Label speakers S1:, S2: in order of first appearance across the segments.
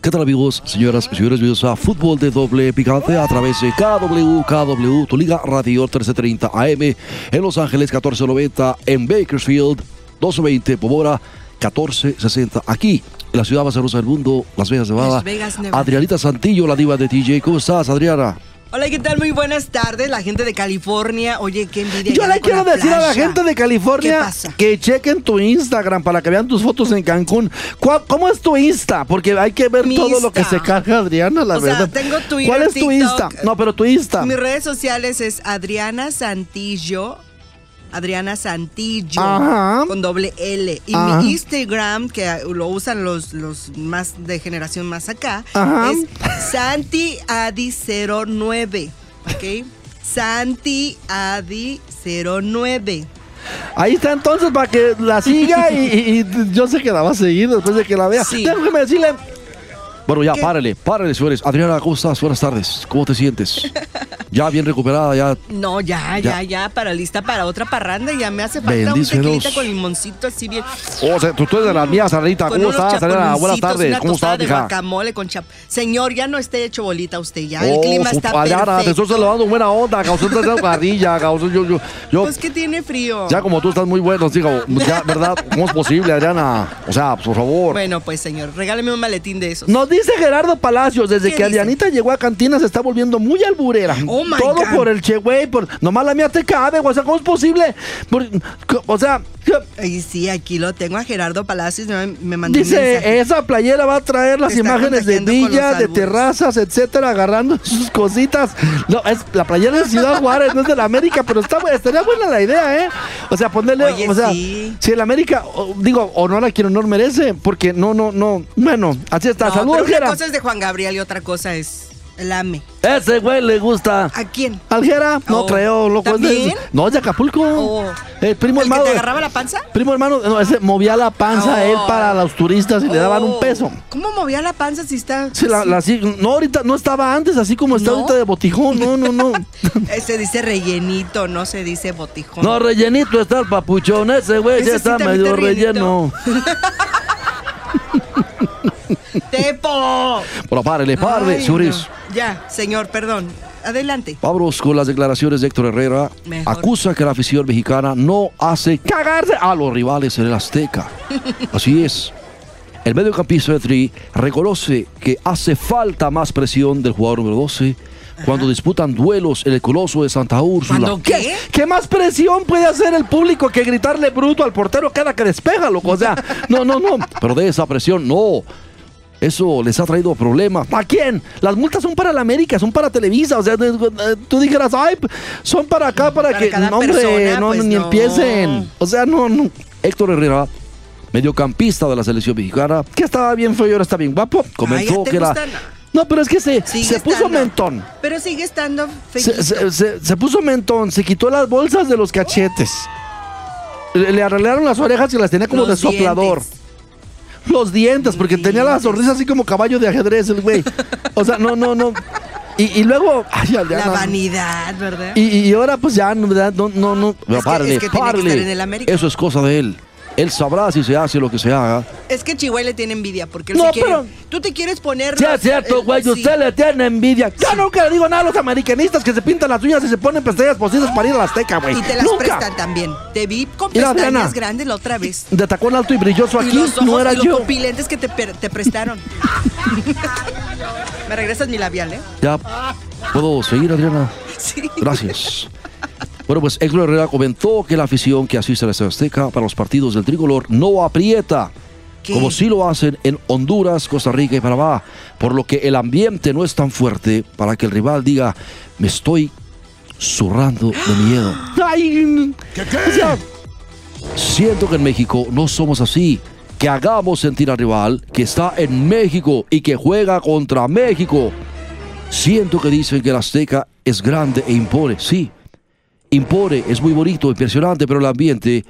S1: ¿Qué tal amigos, señoras y señores? Bienvenidos a Fútbol de Doble Picante a través de KW, KW, tu liga radio 1330 AM en Los Ángeles 1490, en Bakersfield 1220, Pomora 1460, aquí en la ciudad más hermosa del mundo, Las Vegas, Nevada.
S2: Las Vegas, Nevada.
S1: Adrianita Santillo, la diva de TJ. ¿Cómo estás, Adriana?
S2: Hola, ¿qué tal? Muy buenas tardes, la gente de California. Oye, qué envidia.
S1: Yo
S2: ya
S1: le
S2: con
S1: quiero decir a la
S2: playa.
S1: gente de
S2: ¿Qué
S1: California
S2: pasa?
S1: que chequen tu Instagram para que vean tus fotos en Cancún. ¿Cuá- ¿Cómo es tu Insta? Porque hay que ver
S2: Mi
S1: todo lo que
S2: Insta.
S1: se carga Adriana, la
S2: O sea,
S1: verdad.
S2: tengo Twitter,
S1: ¿Cuál es tu
S2: TikTok.
S1: Insta? No, pero tu Insta.
S2: Mis redes sociales es Adriana Santillo. Adriana Santillo
S1: Ajá. Ah.
S2: con doble L. Y
S1: Ajá.
S2: mi Instagram, que lo usan los, los más de generación más acá,
S1: Ajá.
S2: es SantiAdi09. ¿Ok? SantiAdi09.
S1: Ahí está entonces para que la siga y, y- y yo sé que la va a seguir después de que la vea.
S2: Sí.
S1: Déjame decirle. Bueno, ya,
S2: ¿Qué?
S1: párale, párale, señores. Adriana, ¿cómo estás? Buenas tardes. ¿Cómo te sientes? Ya bien recuperada, ya.
S2: No, ya, ya,
S1: Ya.
S2: ya, para lista para otra parranda. Ya me hace falta
S1: Bendice
S2: un
S1: Dios.
S2: tequilita con limoncito así bien.
S1: O sea, tú, tú eres de las mías, Adrianita.
S2: con
S1: Ah, ¿Cómo
S2: unos
S1: estás, Adriana? Buenas
S2: chapulcitos,
S1: tardes.
S2: una
S1: ¿Cómo
S2: tostada
S1: estás,
S2: de
S1: hija?
S2: guacamole con chap... Señor, ya no esté hecho bolita usted ya. Ah, El
S1: Oh,
S2: clima
S1: su-
S2: está
S1: Adriana, te estoy
S2: perfecto.
S1: saludando buena onda, causó esta guardilla, causó yo, yo, yo-
S2: Pues que tiene frío.
S1: ya como tú estás muy bueno, digo, ya, ¿verdad? ¿Cómo es posible, Adriana? O sea, por favor.
S2: Bueno, pues señor, regáleme un maletín de esos.
S1: Nos dice Gerardo Palacios, desde
S2: ¿Qué
S1: que
S2: dice?
S1: Adrianita llegó a Cantina se está volviendo muy alburera.
S2: Oh, my
S1: Todo
S2: God.
S1: por el che, güey, por nomás la mía te cabe, o sea, ¿cómo es posible? Por- co- o sea, que-
S2: Y sí, aquí lo tengo a Gerardo Palacios, me, me mandó un mensaje.
S1: dice, esa playera va a traer las
S2: Te está
S1: imágenes de
S2: contagiando con
S1: villas,
S2: los
S1: de
S2: albures.
S1: terrazas, etcétera, agarrando sus cositas. No, es la playera es de Ciudad Juárez, no es de la América, pero está bu- estaría buena la idea, ¿eh? O sea, ponerle,
S2: Oye,
S1: o sea,
S2: sí.
S1: si el América, o- digo, honor a quien honor merece, porque no, no, no, bueno, así está.
S2: No,
S1: Saludos,
S2: pero una
S1: Gera.
S2: cosa es de Juan Gabriel y otra cosa es el AME.
S1: Ese güey le gusta.
S2: ¿A quién?
S1: Aljera, no
S2: Oh,
S1: creo, loco. es de-
S2: ¿también?
S1: no, es de Acapulco.
S2: Oh.
S1: El primo
S2: ¿El que
S1: hermano.
S2: te
S1: de-
S2: agarraba la panza?
S1: Primo hermano, no, ese movía la panza a él
S2: Oh.
S1: para los turistas y le daban un
S2: Oh,
S1: peso.
S2: ¿Cómo movía la panza si está?
S1: Sí, la-
S2: así?
S1: la- sí, no, ahorita no estaba antes, así como está
S2: ¿No?
S1: ahorita de botijón. No, no, no.
S2: Eh, Se dice rellenito, no se dice botijón.
S1: no, rellenito está el papuchón. Ese güey
S2: Ese
S1: ya
S2: sí
S1: está
S2: también
S1: medio
S2: está rellenito.
S1: relleno.
S2: ¡Tepo!
S1: Bueno, párele, párele,
S2: Ay,
S1: señores.
S2: no. Ya, señor, perdón. Adelante.
S1: Pabros con las declaraciones de Héctor Herrera.
S2: Mejor.
S1: Acusa que la afición mexicana no hace cagarse a los rivales en el Azteca. Así es. El mediocampista de Tri reconoce que hace falta más presión del jugador número 12 cuando disputan duelos en el Coloso de Santa Úrsula.
S2: ¿Cuándo qué?
S1: ¿Qué más presión puede hacer el público que gritarle bruto al portero cada que despeja, loco? O sea, no, no, no. Pero de esa presión, no. Eso les ha traído problemas. ¿Para quién? Las multas son para la América, son para Televisa. O sea, de- de- tú dijeras, ay, p- son para acá, para,
S2: Para
S1: que.
S2: cada
S1: No, hombre,
S2: persona,
S1: no,
S2: pues
S1: ni
S2: no.
S1: empiecen. O sea, no, no. Héctor Herrera, mediocampista de la selección mexicana, que estaba bien feo y ahora está bien guapo, comentó
S2: ya te
S1: que era.
S2: gustan.
S1: No, pero es que se,
S2: Sigue
S1: se puso
S2: estando.
S1: mentón.
S2: Pero sigue estando
S1: Se,
S2: feíto.
S1: se- se- se puso mentón, se quitó las bolsas de los cachetes. Le, le arreglaron las orejas y las tenía como
S2: Los
S1: de soplador.
S2: dientes.
S1: Los dientes, porque tenía la
S2: Dientes.
S1: sonrisa así como caballo de ajedrez, el güey. O sea, no, no, no. Y, y luego. Ay,
S2: La
S1: Adriana.
S2: vanidad, ¿verdad?
S1: Y, y ahora, pues ya, no, ¿verdad? no, no. no. Pero
S2: que-
S1: párale,
S2: es que tiene que
S1: párale.
S2: estar en el América.
S1: Eso es cosa de él. Él sabrá si se hace lo que se haga.
S2: Es que Chihuahua le tiene envidia porque él
S1: No,
S2: sí quiere-
S1: pero-
S2: Tú te quieres poner...
S1: Sí,
S2: los-
S1: es cierto,
S2: eh,
S1: güey.
S2: sí.
S1: Usted le tiene envidia. Yo nunca le digo nada a los americanistas que se pintan las uñas y se ponen pestañas postizas para ir a la Azteca, güey.
S2: Y te las
S1: nunca.
S2: prestan también. Te vi con
S1: Mira, Adriana.
S2: pestañas grandes la otra vez.
S1: De tacón alto y brilloso
S2: y
S1: aquí
S2: los ojos
S1: no era
S2: y los
S1: yo.
S2: pupilentes que te, per- te prestaron. Me regresas mi labial, ¿eh?
S1: Ya puedo seguir, Adriana.
S2: Sí.
S1: Gracias. Bueno, pues Héctor Herrera comentó que la afición que asiste a la Estadio Azteca para los partidos del tricolor no aprieta,
S2: ¿Qué?
S1: como sí lo hacen en Honduras, Costa Rica y Panamá, por lo que el ambiente no es tan fuerte para que el rival diga, me estoy zurrando de miedo. Ay, o sea, Siento que en México no somos así. Que hagamos sentir al rival que está en México y que juega contra México. Siento que dicen que el Azteca es grande e impone. Sí, impone, es muy bonito, impresionante, pero el ambiente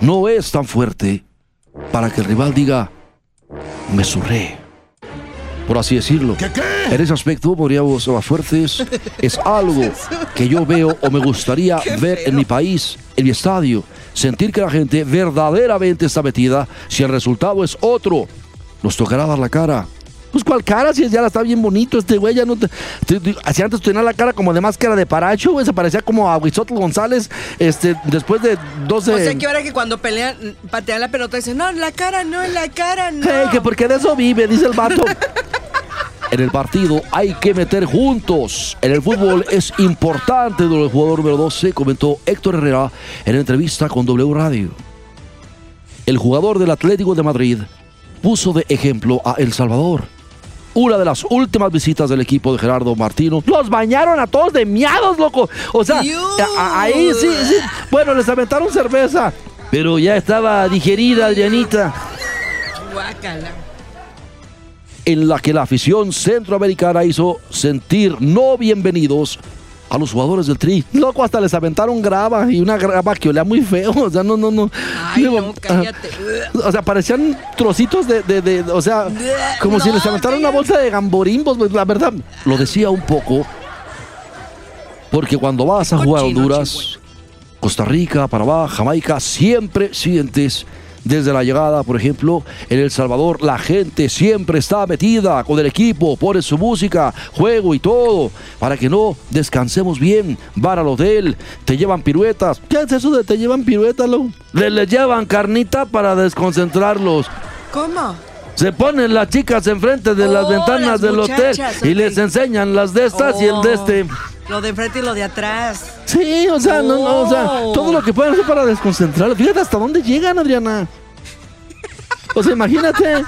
S1: no es tan fuerte para que el rival diga, me surré. Por así decirlo. En ese aspecto, podríamos ser más fuertes. Es algo que yo veo o me gustaría ver en mi país, en mi estadio. Sentir que la gente verdaderamente está metida si el resultado es otro. Nos tocará dar la cara. Pues cuál cara, si ya la está bien bonito este güey, ya no te, te- te- si antes tenía la cara como de máscara de paracho, güey, se parecía como a Huizotl González, este, después de 12...
S2: O sea que ahora que cuando pelean, patean la pelota dicen, no, en la cara, no, en la cara, no.
S1: Hey, que porque de eso vive, dice el vato. En el partido hay que meter juntos. En el fútbol es importante, el jugador número 12, comentó Héctor Herrera en entrevista con W Radio. El jugador del Atlético de Madrid puso de ejemplo a El Salvador. Una de las últimas visitas del equipo de Gerardo Martino. Los bañaron a todos de miados, loco. O sea,
S2: ¡Yu!
S1: a- a- ahí sí, sí. Bueno, les aventaron cerveza. Pero ya estaba digerida, Adrianita
S2: Guácala.
S1: en la que la afición centroamericana hizo sentir no bienvenidos a los jugadores del Tri. Loco, hasta les aventaron grava y una grava que olía muy feo. O sea, no, no, no.
S2: Ay,
S1: Digo,
S2: no, cállate.
S1: O sea, parecían trocitos de, de- de- o sea, como si
S2: No,
S1: les aventaran una
S2: cállate.
S1: bolsa de gamborimbos. pues, La verdad, lo decía un poco. Porque cuando vas a jugar a
S2: Cochino,
S1: Honduras, Costa Rica, Panamá, Jamaica, siempre sientes desde la llegada, por ejemplo, en El Salvador, la gente siempre está metida con el equipo, pone su música, juego y todo, para que no descansemos bien, van al hotel, te llevan piruetas. ¿Qué es eso de te llevan piruetas, lo? Le, le llevan carnita para desconcentrarlos.
S2: ¿Cómo?
S1: Se ponen las chicas enfrente de las
S2: Oh,
S1: ventanas
S2: las
S1: del hotel
S2: muchachas,
S1: y
S2: ok.
S1: les enseñan las de estas y el de este.
S2: Oh, Lo de enfrente y lo de atrás.
S1: Sí, o sea, no, no, o sea,
S2: Oh.
S1: todo lo que pueden hacer para desconcentrar. Fíjate hasta dónde llegan, Adriana. O sea, imagínate.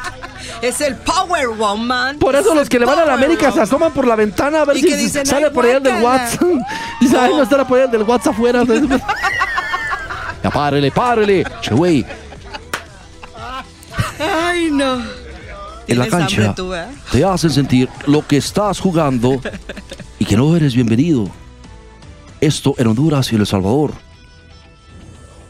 S2: Es el Power Woman.
S1: Por eso
S2: Es
S1: los
S2: el
S1: que le van a la
S2: Power
S1: América se
S2: Woman.
S1: asoman por la ventana a ver
S2: Y
S1: si
S2: que dicen,
S1: sale
S2: "Ay,
S1: por allá el del
S2: guácala".
S1: WhatsApp. Dice, ay, no estará por allá el del WhatsApp afuera. ya párele, párele. Che, güey,
S2: Ay, no.
S1: en la
S2: Tienes
S1: cancha
S2: hambre tú, ¿eh?
S1: te hacen sentir lo que estás jugando y que no eres bienvenido. Esto en Honduras y en El Salvador.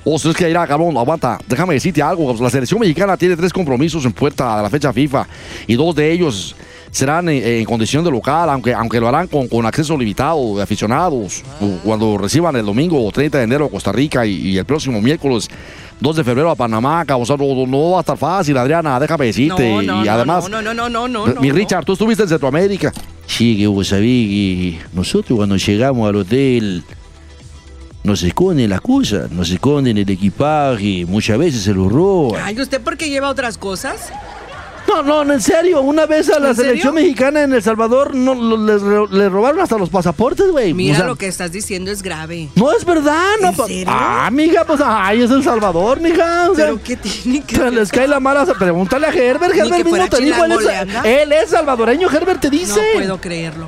S1: O sea, es que irá, cabrón, aguanta. Déjame decirte algo. pues, La selección mexicana tiene tres compromisos en puerta de la fecha FIFA y dos de ellos serán en, en condición de local, aunque, aunque lo harán con, con acceso limitado de aficionados. Cu- Cuando reciban el domingo 30 de enero a Costa Rica y, y el próximo miércoles 2 de febrero a Panamá, cabrón, o sea, no, no va a estar fácil, Adriana, déjame decirte.
S2: No, no,
S1: y
S2: no,
S1: además,
S2: no, no, no, no, no,
S1: mi
S2: no.
S1: Richard, tú estuviste en Centroamérica. Sí, que vos sabés que nosotros cuando llegamos al hotel nos esconden las cosas, nos esconden el equipaje, muchas veces se lo roban.
S2: Ay, ¿usted por qué lleva otras cosas?
S1: No, no, no, en serio, una vez a la
S2: ¿En serio?
S1: selección mexicana en El Salvador no, lo- les, ro- les robaron hasta los pasaportes, güey.
S2: Mira
S1: O sea,
S2: lo que estás diciendo es grave.
S1: No es verdad, no.
S2: ¿En
S1: pa-
S2: serio?
S1: Ah, mija, pues ay, es El Salvador, mija. o sea,
S2: ¿Pero qué tiene que
S1: Pero
S2: ver?
S1: les cae la mala, o sea, pregúntale a Herbert,
S2: Ni
S1: Herbert
S2: que fuera
S1: mismo te dijo, él
S2: chilango,
S1: es,
S2: le anda.
S1: él es salvadoreño, Herbert te
S2: No
S1: dice.
S2: puedo creerlo.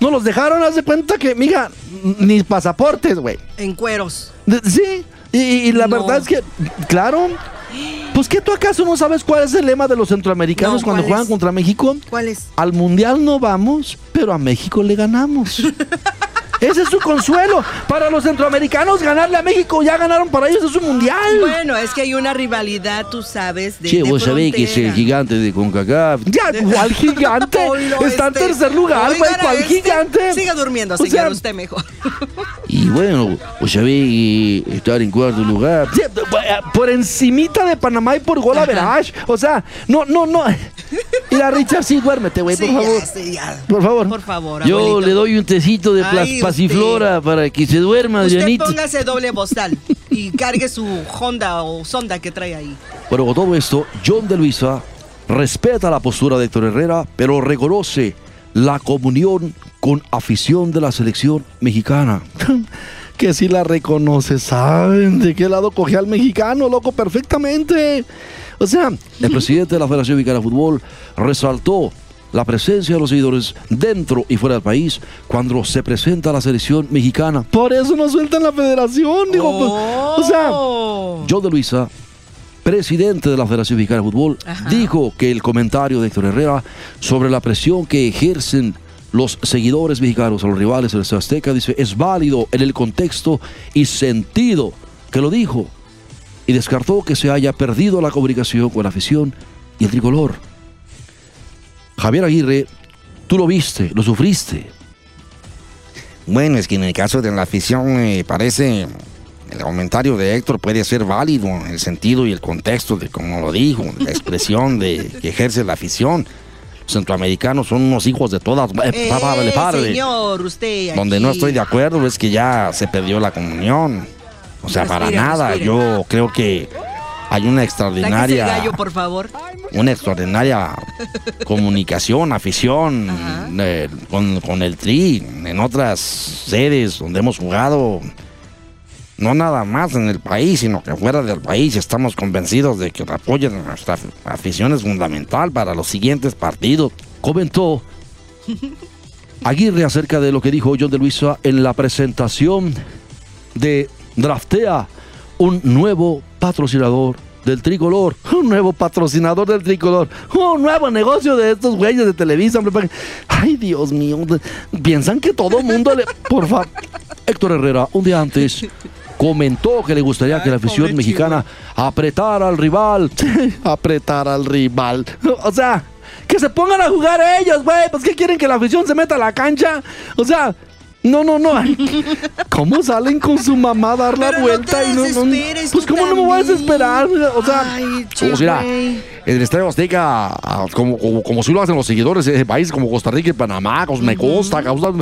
S1: No los dejaron, haz de cuenta que, mija, ni pasaportes, güey.
S2: En cueros.
S1: De- Sí, y, y la
S2: No.
S1: verdad es que, claro. Pues que tú acaso no sabes cuál es el lema de los centroamericanos
S2: No,
S1: cuando
S2: ¿cuál
S1: juegan
S2: es?
S1: contra México.
S2: ¿Cuál es?
S1: Al mundial no vamos, pero a México le ganamos. Ese es su consuelo. Para los centroamericanos ganarle a México ya ganaron para ellos es un mundial.
S2: Bueno, es que hay una rivalidad, tú sabes, de,
S1: Che,
S2: de
S1: vos sabés que es el
S2: frontera.
S1: gigante de CONCACAF. Ya, ¿cuál gigante?
S2: Polo,
S1: Está en
S2: este.
S1: tercer lugar, güey,
S2: Oigan,
S1: ¿cuál
S2: este,
S1: gigante?
S2: Siga durmiendo,
S1: O sea,
S2: señor, usted mejor.
S1: Y bueno, vos sabés que estar en cuarto lugar. Sí, por encimita de Panamá y por gol a Verage. O sea, no, no, no. Mira, Richard, sí, duérmete, güey, por
S2: Sí, ya,
S1: favor.
S2: sí, ya.
S1: Por favor.
S2: Por favor,
S1: Yo
S2: abuelito.
S1: le doy un tecito de plas-
S2: Ay, usted.
S1: pasiflora para que se duerma,
S2: Usted
S1: Adrianita.
S2: póngase doble bozal y cargue su Honda o sonda que trae ahí.
S1: Bueno, con todo esto, John de Luisa respeta la postura de Héctor Herrera, pero reconoce la comunión con afición de la selección mexicana. que si la reconoce, saben de qué lado coge al mexicano, loco, perfectamente. O sea, el presidente de la Federación Mexicana de Fútbol resaltó
S3: la presencia de los seguidores dentro y fuera del país cuando se presenta la selección mexicana. Por eso no sueltan la federación, digo, pues, o sea,
S2: Oh.
S3: John de Luisa, presidente de la Federación Mexicana de Fútbol,
S2: Ajá.
S3: dijo que el comentario de Héctor Herrera sobre la presión que ejercen los seguidores mexicanos a los rivales del Estadio Azteca, dice, es válido en el contexto y sentido que lo dijo y descartó que se haya perdido la comunicación con la afición y el tricolor. Javier Aguirre, tú lo viste, lo sufriste.
S1: Bueno, es que en el caso de la afición eh, parece el comentario de Héctor puede ser válido en el sentido y el contexto de como lo dijo, la expresión de que ejerce la afición. Los centroamericanos son unos hijos de todas. eh, pa- pa-
S2: Eh,
S1: padre.
S2: señor, usted.
S1: Donde
S2: aquí.
S1: no estoy de acuerdo es que ya se perdió la comunión. O sea, para
S2: Respire,
S1: nada.
S2: respire.
S1: Yo creo que hay una
S2: Sáquese
S1: extraordinaria
S2: el gallo, por favor.
S1: una extraordinaria comunicación, afición
S2: Ajá.
S1: eh, con, con el Tri en otras sedes donde hemos jugado. No nada más en el país, sino que fuera del país estamos convencidos de que el apoyo de nuestra af- afición es fundamental para los siguientes partidos.
S3: comentó Aguirre acerca de lo que dijo John de Luisa en la presentación de Draftea, un nuevo patrocinador del tricolor, un nuevo patrocinador del tricolor, un nuevo negocio de estos güeyes de Televisa. hombre, pa- Ay, Dios mío, de- piensan que todo mundo le. Por favor, Héctor Herrera, un día antes. Comentó que le gustaría que la afición mexicana apretara al rival. apretara al rival. O sea, que se pongan a jugar ellos, güey. Pues, ¿qué quieren? ¿Que la afición se meta a la cancha? O sea, no, no, no. ¿Cómo salen con su mamá a dar la
S2: Pero no
S3: vuelta?
S2: te
S3: y no, no-
S2: desesperes,
S3: pues,
S2: tú
S3: ¿cómo no me voy a
S2: también.
S3: desesperar? O sea,
S2: Ay,
S1: Como
S2: che,
S1: si era-
S2: güey.
S1: el Estadio Azteca, ah, como, como, como si lo hacen los seguidores de ese país, como Costa Rica y Panamá, como me Costa, causa-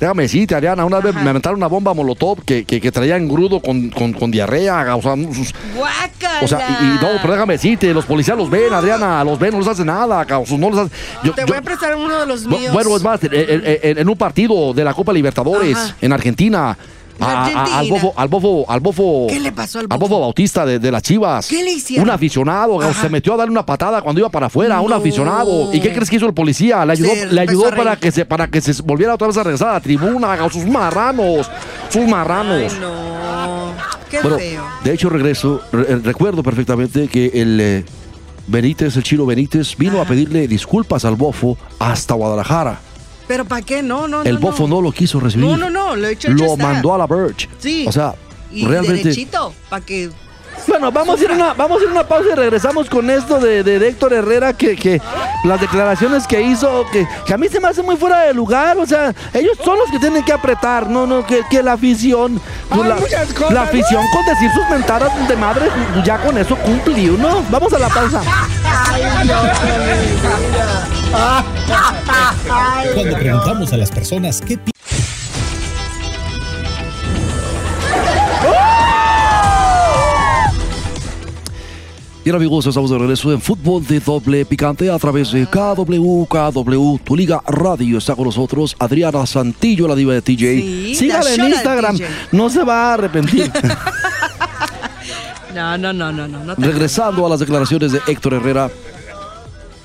S1: déjame decirte, Ariana, una vez me aventaron una bomba molotov que, que, que traían grudo con, con, con diarrea, causando sus-
S2: Guácala.
S1: o sea, y, y no, pero déjame decirte, los policías los ven, Adriana, los ven, no les hace nada, causa, no les hace- yo-
S4: Te
S1: yo-
S4: voy a prestar uno de los
S1: Bu-
S4: míos.
S1: Bueno, es más, en, en- en- en un partido de la Copa Libertadores
S4: Ajá.
S1: en Argentina, a- a- al,
S2: Argentina.
S1: bofo, al bofo, al bofo,
S4: ¿Qué le pasó al
S1: al
S4: Bofo?
S1: bofo Bautista de, de las Chivas?
S4: ¿Qué le hicieron?
S1: Un aficionado
S4: Ajá.
S1: se metió a darle una patada cuando iba para afuera, un aficionado. ¿Y qué crees que hizo el policía? Le ayudó,
S4: Se
S1: le ayudó
S4: empezó a
S1: para
S4: reír.
S1: que se para que se volviera otra vez a regresar a la tribuna, a sus marranos, sus marranos.
S2: Ay, no. Qué
S3: Bueno,
S2: feo.
S3: de hecho, regreso. re- eh, recuerdo perfectamente que el eh, Benítez, el chino Benítez, vino a pedirle disculpas al bofo hasta Guadalajara.
S2: Pero ¿para qué? No, no, no.
S3: el bofo no. lo quiso recibir.
S2: No, no, no, lo hecho, hecho
S3: Lo
S2: está.
S3: mandó a la Birch.
S2: Sí.
S3: O sea,
S2: Y
S3: realmente.
S2: derechito, para que
S3: Bueno, vamos a, ir a una, vamos a ir a una pausa y regresamos con esto de, de- de Héctor Herrera, que, que las declaraciones que hizo, que, que a mí se me hace muy fuera de lugar, o sea, ellos son los que tienen que apretar, no, no, que, que la afición, pues,
S5: Hay
S3: la,
S5: muchas cosas.
S3: la afición con decir sus mentadas de madre, ya con eso cumplí, ¿no? Vamos a la pausa.
S6: Cuando preguntamos a las personas qué pi-
S3: Bien amigos, estamos de regreso en Fútbol de Doble Picante a través de KW, KW, tu liga radio. Está con nosotros Adriana Santillo, la diva de TJ.
S2: Sí, la
S3: Sígala en
S2: Shona de
S3: Instagram,
S2: TJ.
S3: no se va a arrepentir.
S2: No, no, no, no, no. no te-
S3: Regresando a las declaraciones de Héctor Herrera,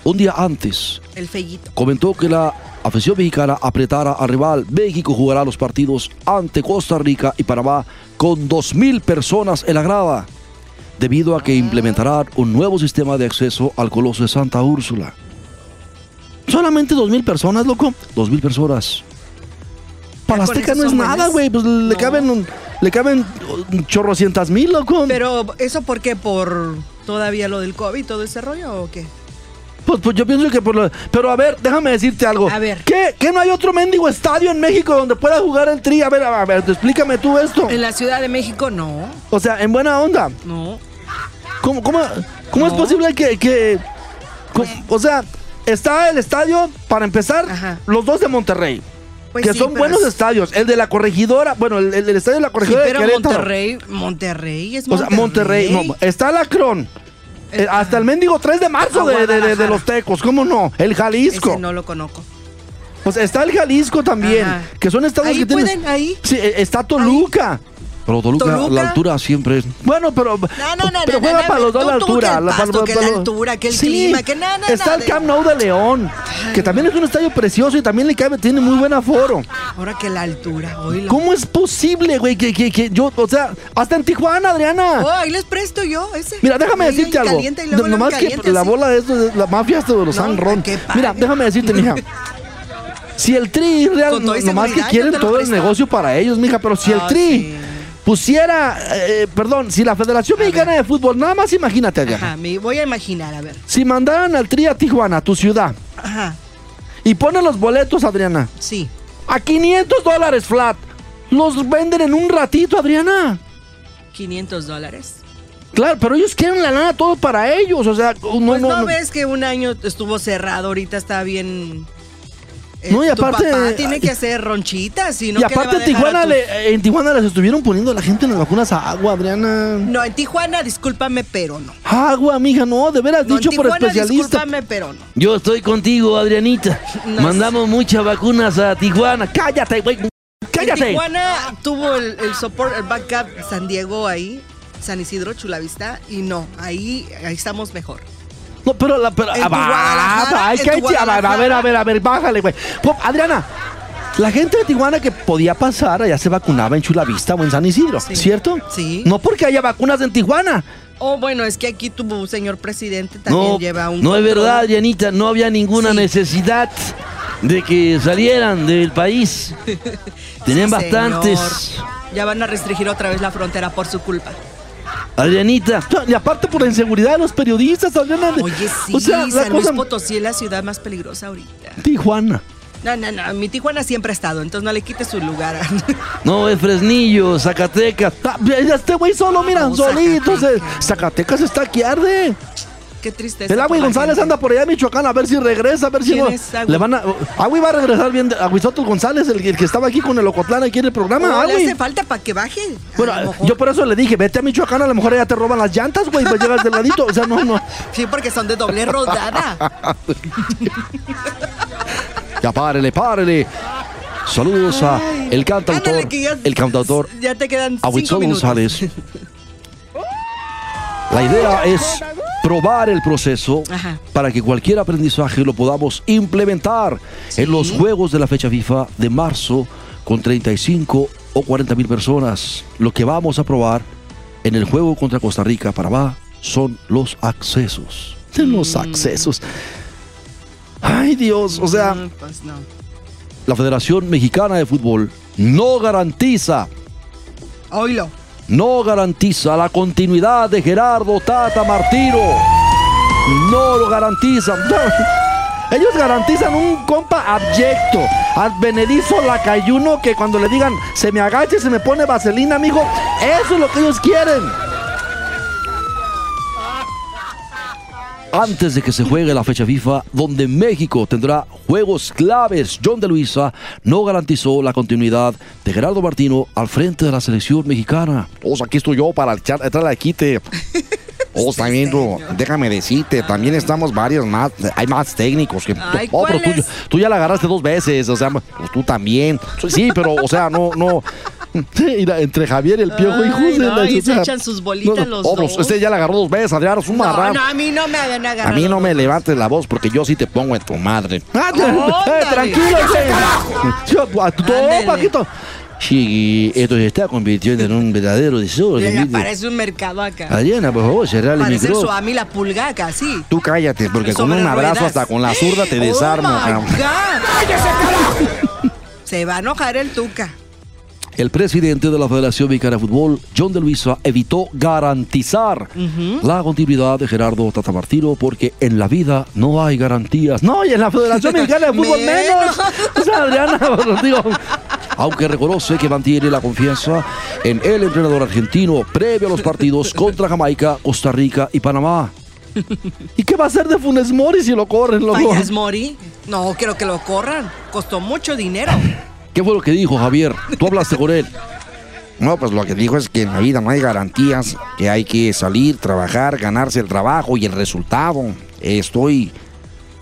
S3: un día antes
S2: El fellito.
S3: comentó que la afición mexicana apretara al rival. México jugará los partidos ante Costa Rica y Panamá con 2.000 personas en la grada, debido a que implementará un nuevo sistema de acceso al Coloso de Santa Úrsula. ¿Solamente 2.000 personas, loco? 2.000 personas. Para
S2: Ya con
S3: Azteca
S2: eso
S3: no es
S2: son
S3: nada,
S2: buenas.
S3: güey. Pues le
S2: No.
S3: caben, un- le caben un chorrocientas mil, loco.
S2: Pero, ¿eso por qué? ¿Por todavía lo del COVID, todo ese rollo o qué?
S3: Pues, pues yo pienso que por lo... Pero a ver, déjame decirte algo.
S2: A ver.
S3: ¿Qué, ¿Qué no hay otro mendigo estadio en México donde pueda jugar el tri? A ver, a ver, explícame tú esto.
S2: En la Ciudad de México, no,
S3: O sea, en buena onda.
S2: no.
S3: ¿Cómo, cómo, cómo es
S2: No. Pues-
S3: posible que... que- co- o sea, está el estadio, para empezar,
S2: Ajá.
S3: los dos de Monterrey.
S2: Pues
S3: que
S2: sí,
S3: son
S2: pero
S3: buenos
S2: es-
S3: estadios. El de la corregidora, bueno, el, el- el estadio de la
S2: Sí,
S3: corregidora
S2: pero
S3: de Querétaro.
S2: Monterrey, Monterrey es
S3: O sea,
S2: Monterrey.
S3: Monterrey, no, está la Cron. Eh, hasta el mendigo 3 de marzo
S2: A
S3: de, de- de- de
S2: Guadalajara.
S3: los tecos, ¿cómo no? El Jalisco.
S2: Ese no lo conozco.
S3: Pues está el Jalisco también,
S2: Ajá.
S3: que son estados
S2: Ahí
S3: que tienen-
S2: pueden, ahí.
S3: Sí, eh, está Toluca. Pero Toluca,
S2: Toluca.
S3: la altura siempre es. Bueno, pero.
S2: No, no, no,
S3: pero
S2: no,
S3: juega
S2: no,
S3: para
S2: no,
S3: los dos
S2: tú,
S3: la
S2: tú, que
S3: altura.
S2: el
S3: la-
S2: pasto,
S3: para-
S2: que
S3: para
S2: la
S3: los-
S2: altura, que el
S3: Sí,
S2: clima, que na, na,
S3: Está
S2: na,
S3: el
S2: de-
S3: Camp Nou de León, que también es un estadio precioso y también le cabe, tiene muy buen aforo.
S2: Ahora que la altura, hoy
S3: ¿Cómo es posible, güey? Que, que, que yo, o sea, hasta en Tijuana, Adriana.
S2: Oh, ahí les presto yo ese.
S3: Mira, déjame
S2: Ahí, ahí
S3: decirte algo.
S2: calienta y luego,
S3: No-
S2: luego
S3: nomás
S2: caliente,
S3: que la
S2: así.
S3: bola de esto, de la mafia esto de los
S2: No,
S3: San Ron.
S2: que pague.
S3: Mira, déjame decirte, mija. Si el Tri real,
S2: Con toda y
S3: nomás que
S2: seguridad, yo
S3: quieren
S2: te lo
S3: todo el
S2: presto.
S3: negocio para ellos, mija, pero si el
S2: Ah,
S3: Tri
S2: sí.
S3: pusiera, eh, perdón, si la Federación Mexicana de Fútbol, nada más imagínate, Adriana.
S2: Ajá, me voy a imaginar, a ver.
S3: Si mandaran al Tri a Tijuana, a tu ciudad,
S2: Ajá,
S3: y ponen los boletos, Adriana,
S2: sí.
S3: a 500 dólares flat, los venden en un ratito, Adriana.
S2: 500 dólares.
S3: Claro, pero ellos quieren la lana todo para ellos, o sea, no,
S2: Pues no,
S3: no- no-
S2: ves que un año estuvo cerrado, ahorita está bien. eh,
S3: No, y
S2: tu
S3: aparte-
S2: papá tiene que hacer ronchitas, si no,
S3: y
S2: ¿qué le va a
S3: aparte en
S2: dejar a
S3: Tijuana,
S2: tus-
S3: le- en Tijuana les estuvieron poniendo a la gente en las vacunas a agua, Adriana.
S2: No, en Tijuana, discúlpame, pero no.
S3: Agua, mija, no, de veras,
S2: No, en
S3: dicho por
S2: Tijuana,
S3: especialista.
S2: discúlpame, pero no.
S3: Yo estoy contigo, Adrianita.
S2: No
S3: Mandamos muchas vacunas a Tijuana. Cállate, güey.
S2: En
S3: Cállate.
S2: Tijuana tuvo el, el support, el backup San Diego ahí, San Isidro, Chulavista, y no, ahí, ahí estamos mejor.
S3: No, pero la pero,
S2: En
S3: ah,
S2: tu
S3: va,
S2: Guadalajara,
S3: va, hay
S2: en
S3: que-
S2: tu
S3: a ver, a ver, a
S2: Guadalajara.
S3: ver, a ver, bájale, güey. Po- Adriana, la gente de Tijuana que podía pasar allá se vacunaba en Chulavista o en San Isidro,
S2: Sí.
S3: ¿cierto?
S2: Sí.
S3: No porque haya vacunas en Tijuana.
S2: Oh, bueno, es que aquí tu señor presidente también lleva un.
S7: no es
S2: control.
S7: verdad, Dianita, no había ninguna
S2: Sí.
S7: necesidad de que salieran del país. Tenían
S2: Sí,
S7: bastantes.
S2: señor. Ya van a restringir otra vez la frontera por su culpa.
S7: Adrianita,
S3: Y aparte por la inseguridad de los periodistas, Adriana. de-
S2: Oye, sí,
S3: o sea, la
S2: San Luis
S3: cosa
S2: Potosí es la ciudad más peligrosa ahorita.
S3: Tijuana.
S2: No, no, no, mi Tijuana siempre ha estado, entonces no le quites su lugar.
S7: no es Fresnillo, Zacatecas.
S3: Ah, mira, Este güey solo, mira,
S2: No,
S3: solito. se-
S2: Zacatecas.
S3: Zacatecas está que arde.
S2: Qué tristeza.
S3: El Agui
S2: por la
S3: González
S2: gente.
S3: anda por allá en Michoacán a ver si regresa, a ver si
S2: ¿Quién
S3: no.
S2: es Agui?
S3: Le van a. oh, Agui va a regresar bien. de- Aguisotel González, el, el que estaba aquí con el Ocotlán aquí en el
S2: Oh,
S3: programa.
S2: le
S3: Agui.
S2: hace falta para que baje. A
S3: Bueno, eh,
S2: lo mejor.
S3: yo por eso le dije, vete a Michoacán, a lo mejor allá te roban las llantas, güey, pues llegas del ladito. O sea, no, no.
S2: Sí, porque son de doble rodada.
S3: Ya párele, párele. Saludos a el cantautor,
S2: Ándale, que ya-
S3: el cantautor
S2: Ya te quedan cinco
S3: Aguisotel
S2: minutos.
S3: González. La idea es probar el proceso
S2: Ajá.
S3: para que cualquier aprendizaje lo podamos implementar
S2: Sí.
S3: en los juegos de la fecha FIFA de marzo con 35 o 40 mil personas. Lo que vamos a probar en el juego contra Costa Rica, Panamá, son los accesos.
S2: Mm.
S3: Los accesos. Ay Dios, o sea,
S2: Mm, pues no.
S3: la Federación Mexicana de Fútbol no garantiza
S2: Oílo.
S3: no garantiza la continuidad de Gerardo Tata Martino. No lo garantizan. No. Ellos garantizan un compa abyecto, al benedizo lacayuno que cuando le digan se me agacha y se me pone vaselina, amigo, eso es lo que ellos quieren. Antes de que se juegue la fecha FIFA, donde México tendrá juegos claves, John de Luisa no garantizó la continuidad de Gerardo Martino al frente de la selección mexicana.
S1: O sea, Pues aquí estoy yo para echar, echarle al quite. O también, bro, Oh, déjame decirte, también estamos varios más, hay más técnicos que...
S2: Ay,
S1: Oh, pero tú,
S2: ¿cuáles?
S1: tú ya la agarraste dos veces, o sea, pues tú también. Sí, pero, o sea, no, no...
S3: entre Javier el
S2: Piojo y Ay, José, no, la- y se o sea, echan sus bolitas
S1: no, no.
S2: los
S1: Oh, pero
S2: dos.
S1: Usted ya la agarró dos veces, Adrián, es un
S2: No,
S1: marrano.
S2: no, a mí no me hagan agarrar.
S1: A mí no me levantes la voz porque yo sí te pongo en tu madre.
S3: Ah, te-
S2: Ándale.
S3: eh, tranquilo, ese- Yo, a- tú,
S2: Ándale.
S3: Paquito.
S7: Sí, esto se está convirtiendo en un verdadero desorden.
S2: Le
S7: ¿viste?
S2: aparece un mercado acá.
S7: Adriana, por favor, cerrar el
S2: Parece el
S7: micrófono.
S2: suami la pulga acá, sí.
S1: Tú cállate porque con
S2: Sobre
S1: un abrazo
S2: ruedas.
S1: hasta con la zurda te desarmo.
S2: Oh my
S1: cabrón.
S2: God. Se va a enojar el Tuca.
S3: El presidente de la Federación Mexicana de Fútbol, John de Luisa, evitó garantizar la continuidad de Gerardo Tatamartino porque en la vida no hay garantías. No, y en la Federación Mexicana de Fútbol menos.
S2: Menos.
S3: O sea, Adriana, pues, digo, Aunque reconoce que mantiene la confianza en el entrenador argentino previo a los partidos contra Jamaica, Costa Rica y Panamá. ¿Y qué va a hacer de Funes Mori si lo corren, loco?
S2: Fallas Mori. No, quiero que lo corran. Costó mucho dinero.
S3: ¿Qué fue lo que dijo Javier? Tú hablaste con él.
S1: No, pues lo que dijo es que en la vida no hay garantías, que hay que salir, trabajar, ganarse el trabajo y el resultado. Estoy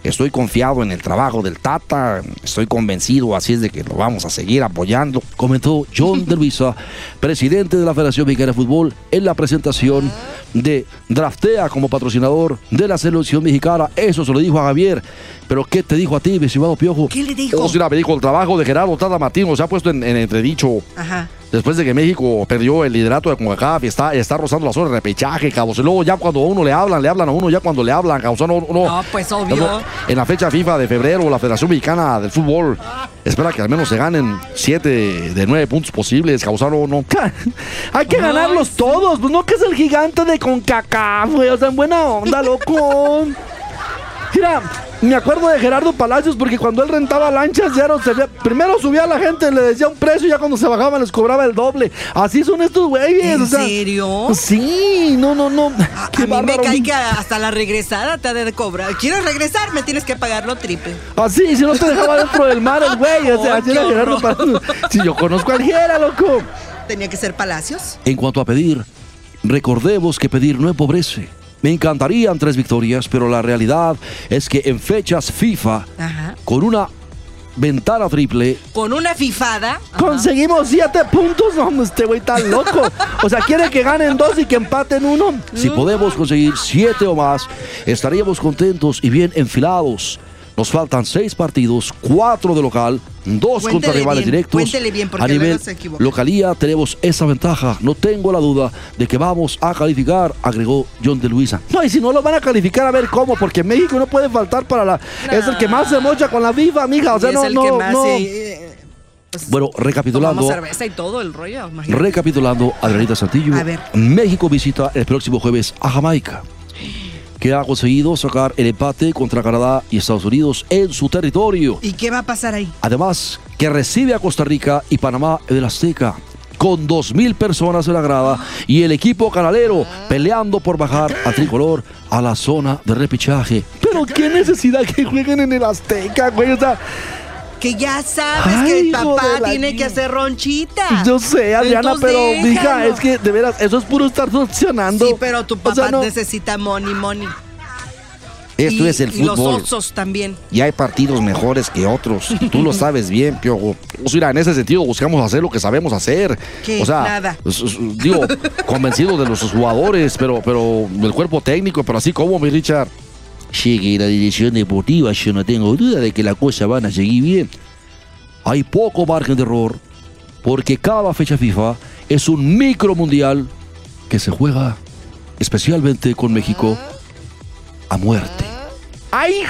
S1: Estoy confiado en el trabajo del Tata, estoy convencido, así es de que lo vamos a seguir apoyando.
S3: comentó John de Luisa, presidente de la Federación Mexicana de Fútbol, en la presentación de Draftea como patrocinador de la selección mexicana. Eso se lo dijo a Javier. Pero ¿qué te dijo a ti, mi estimado Piojo?
S2: ¿Qué le dijo?
S1: Eso sí, la- me dijo, el trabajo de Gerardo Tata Martino se ha puesto en, en entredicho.
S2: Ajá.
S1: Después de que México perdió el liderato de CONCACAF y está, está rozando la zona de repechaje, cabos. Y luego ya cuando a uno le hablan, le hablan a uno, ya cuando le hablan, cabos. No, no,
S2: No, pues, obvio.
S1: No, En la fecha FIFA de febrero, la Federación Mexicana del Fútbol espera que al menos se ganen 7 de 9 puntos posibles, causano no.
S8: Hay que ganarlos todos, pues no que es el gigante de CONCACAF, güey, o sea, en buena onda, loco. Mira, me acuerdo de Gerardo Palacios porque cuando él rentaba lanchas, ya no se ve- primero subía a la gente, le decía un precio y ya cuando se bajaban les cobraba el doble. Así son estos güeyes,
S2: ¿En
S8: o sea.
S2: serio?
S8: Sí, no, no, no.
S2: A, a
S8: Qué
S2: mí me
S8: bárbaro.
S2: cae que hasta la regresada te ha de cobrar. ¿Quieres regresar? Me tienes que pagarlo triple.
S8: Así, si no te dejaba dentro del mar el güey, o sea,
S2: Ay,
S8: así era
S2: qué
S8: Gerardo
S2: horror.
S8: Palacios. Si yo conozco a Algiera, loco.
S2: Tenía que ser Palacios.
S3: En cuanto a pedir, recordemos que pedir no empobrece. Me encantarían tres victorias, pero la realidad es que en fechas FIFA,
S2: Ajá.
S3: con una ventana triple,
S2: Con una fifada.
S8: Conseguimos siete puntos. No, hombre, este güey tan loco. O sea, quiere que ganen dos y que empaten uno.
S3: Si podemos conseguir siete o más, estaríamos contentos y bien enfilados. Nos faltan seis partidos, cuatro de local, dos
S2: Cuéntele
S3: contra rivales
S2: bien,
S3: directos.
S2: cuéntele bien, porque
S3: a
S2: luego
S3: nivel
S2: se equivoca.
S3: localía tenemos esa ventaja. No tengo la duda de que vamos a calificar, agregó John de Luisa.
S8: No, y si no lo van a calificar, a ver cómo, porque México no puede faltar para la. Es el que más se mocha con la FIFA, amiga. O sea,
S2: Ah, Y
S8: no,
S2: es el
S8: no,
S2: que más.
S8: no.
S2: eh, eh, pues,
S3: Bueno, recapitulando.
S2: tomamos cerveza y todo el rollo. imagínate.
S3: Recapitulando, Adrianita Santillo,
S2: A ver.
S3: México visita el próximo jueves a Jamaica, que ha conseguido sacar el empate contra Canadá y Estados Unidos en su territorio.
S2: ¿Y qué va a pasar ahí?
S3: Además, que recibe a Costa Rica y Panamá en el Azteca. Con 2.000 personas en la grada y el equipo canalero peleando por bajar a tricolor a la zona de repechaje.
S8: Pero qué necesidad que jueguen en el Azteca, güey. O sea,
S2: Que ya sabes
S8: Ay,
S2: que el
S8: hijo
S2: papá
S8: de la
S2: tiene que
S8: niña.
S2: hacer ronchita.
S8: yo sé, Adriana,
S2: Entonces,
S8: pero, mija,
S2: déjalo.
S8: es que de veras, eso es puro estar funcionando.
S2: Sí, pero tu papá
S8: O sea, no.
S2: necesita money, money.
S1: Esto
S2: Y-
S1: es el
S2: y los
S1: fútbol.
S2: osos también.
S1: Y hay partidos mejores que otros. y Tú lo sabes bien, Piojo. Pues mira, en ese sentido buscamos hacer lo que sabemos hacer.
S2: ¿Qué?
S1: O sea,
S2: Nada.
S1: s- s- digo, convencido de los jugadores, pero, pero del cuerpo técnico, pero así como, mi Richard.
S8: Sí, que la dirección deportiva, yo no tengo duda de que la cosa van a seguir bien.
S3: Hay poco margen de error porque cada fecha FIFA es un micro mundial que se juega especialmente con México a muerte.
S8: ¡Ay,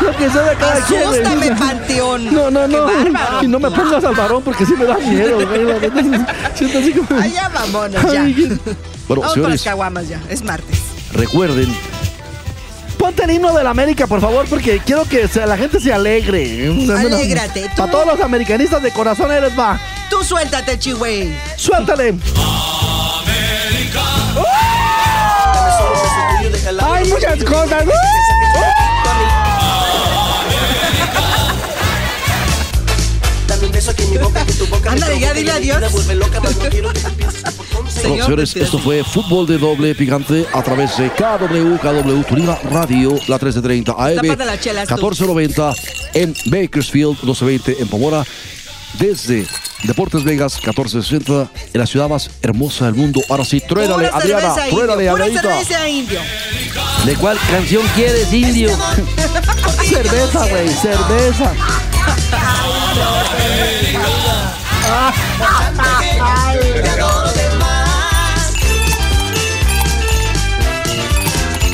S8: Lo que sabe cada quien, güey.
S2: Asústame, panteón.
S8: No, no, no.
S2: Qué bárbaro.
S8: Y Pues no me pongas al varón porque sí me da miedo, güey. la neta, Siento así como.
S2: Allá vámonos ya.
S8: Ay, qué-
S3: Bueno,
S2: Vamos por las
S3: señores,
S2: caguamas ya. Es martes.
S3: recuerden
S8: Ponte el himno de la América, por favor, porque quiero que se- la gente se alegre.
S2: Alégrate, tú.
S8: Para todos los americanistas de corazón, ahí les va.
S2: Tú suéltate, Chihuey.
S8: Suéltale.
S9: Hay muchas cosas.
S2: Ándale, ya dile adiós.
S3: Bueno,
S2: Señor,
S3: señores,
S2: presidente.
S3: esto fue fútbol de doble picante a través de KW, KW Turina Radio, la 1330 AM,
S2: Tápate las chelas tú.
S3: 1490 en Bakersfield, 1220 en Pomora, desde Deportes Vegas, 1460, en la ciudad más hermosa del mundo. Ahora sí, truénale,
S2: Pura
S3: Adriana,
S2: cerveza indio,
S3: truénale,
S2: Pura
S3: Adrianita.
S2: cerveza Este indio.
S8: ¿De cuál canción quieres, indio? cerveza, güey, cerveza.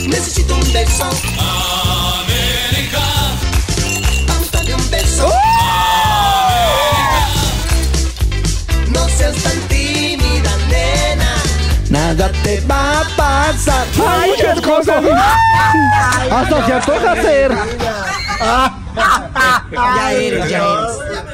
S10: Necesito un beso. América. Vamos, dame un
S2: ¡Uh!
S10: beso. América. No seas tan tímida, nena.
S8: Nada te va a pasar.
S9: Hay muchas cosas.
S8: Hasta se antoja hacer.
S2: Ya eres, ya eres.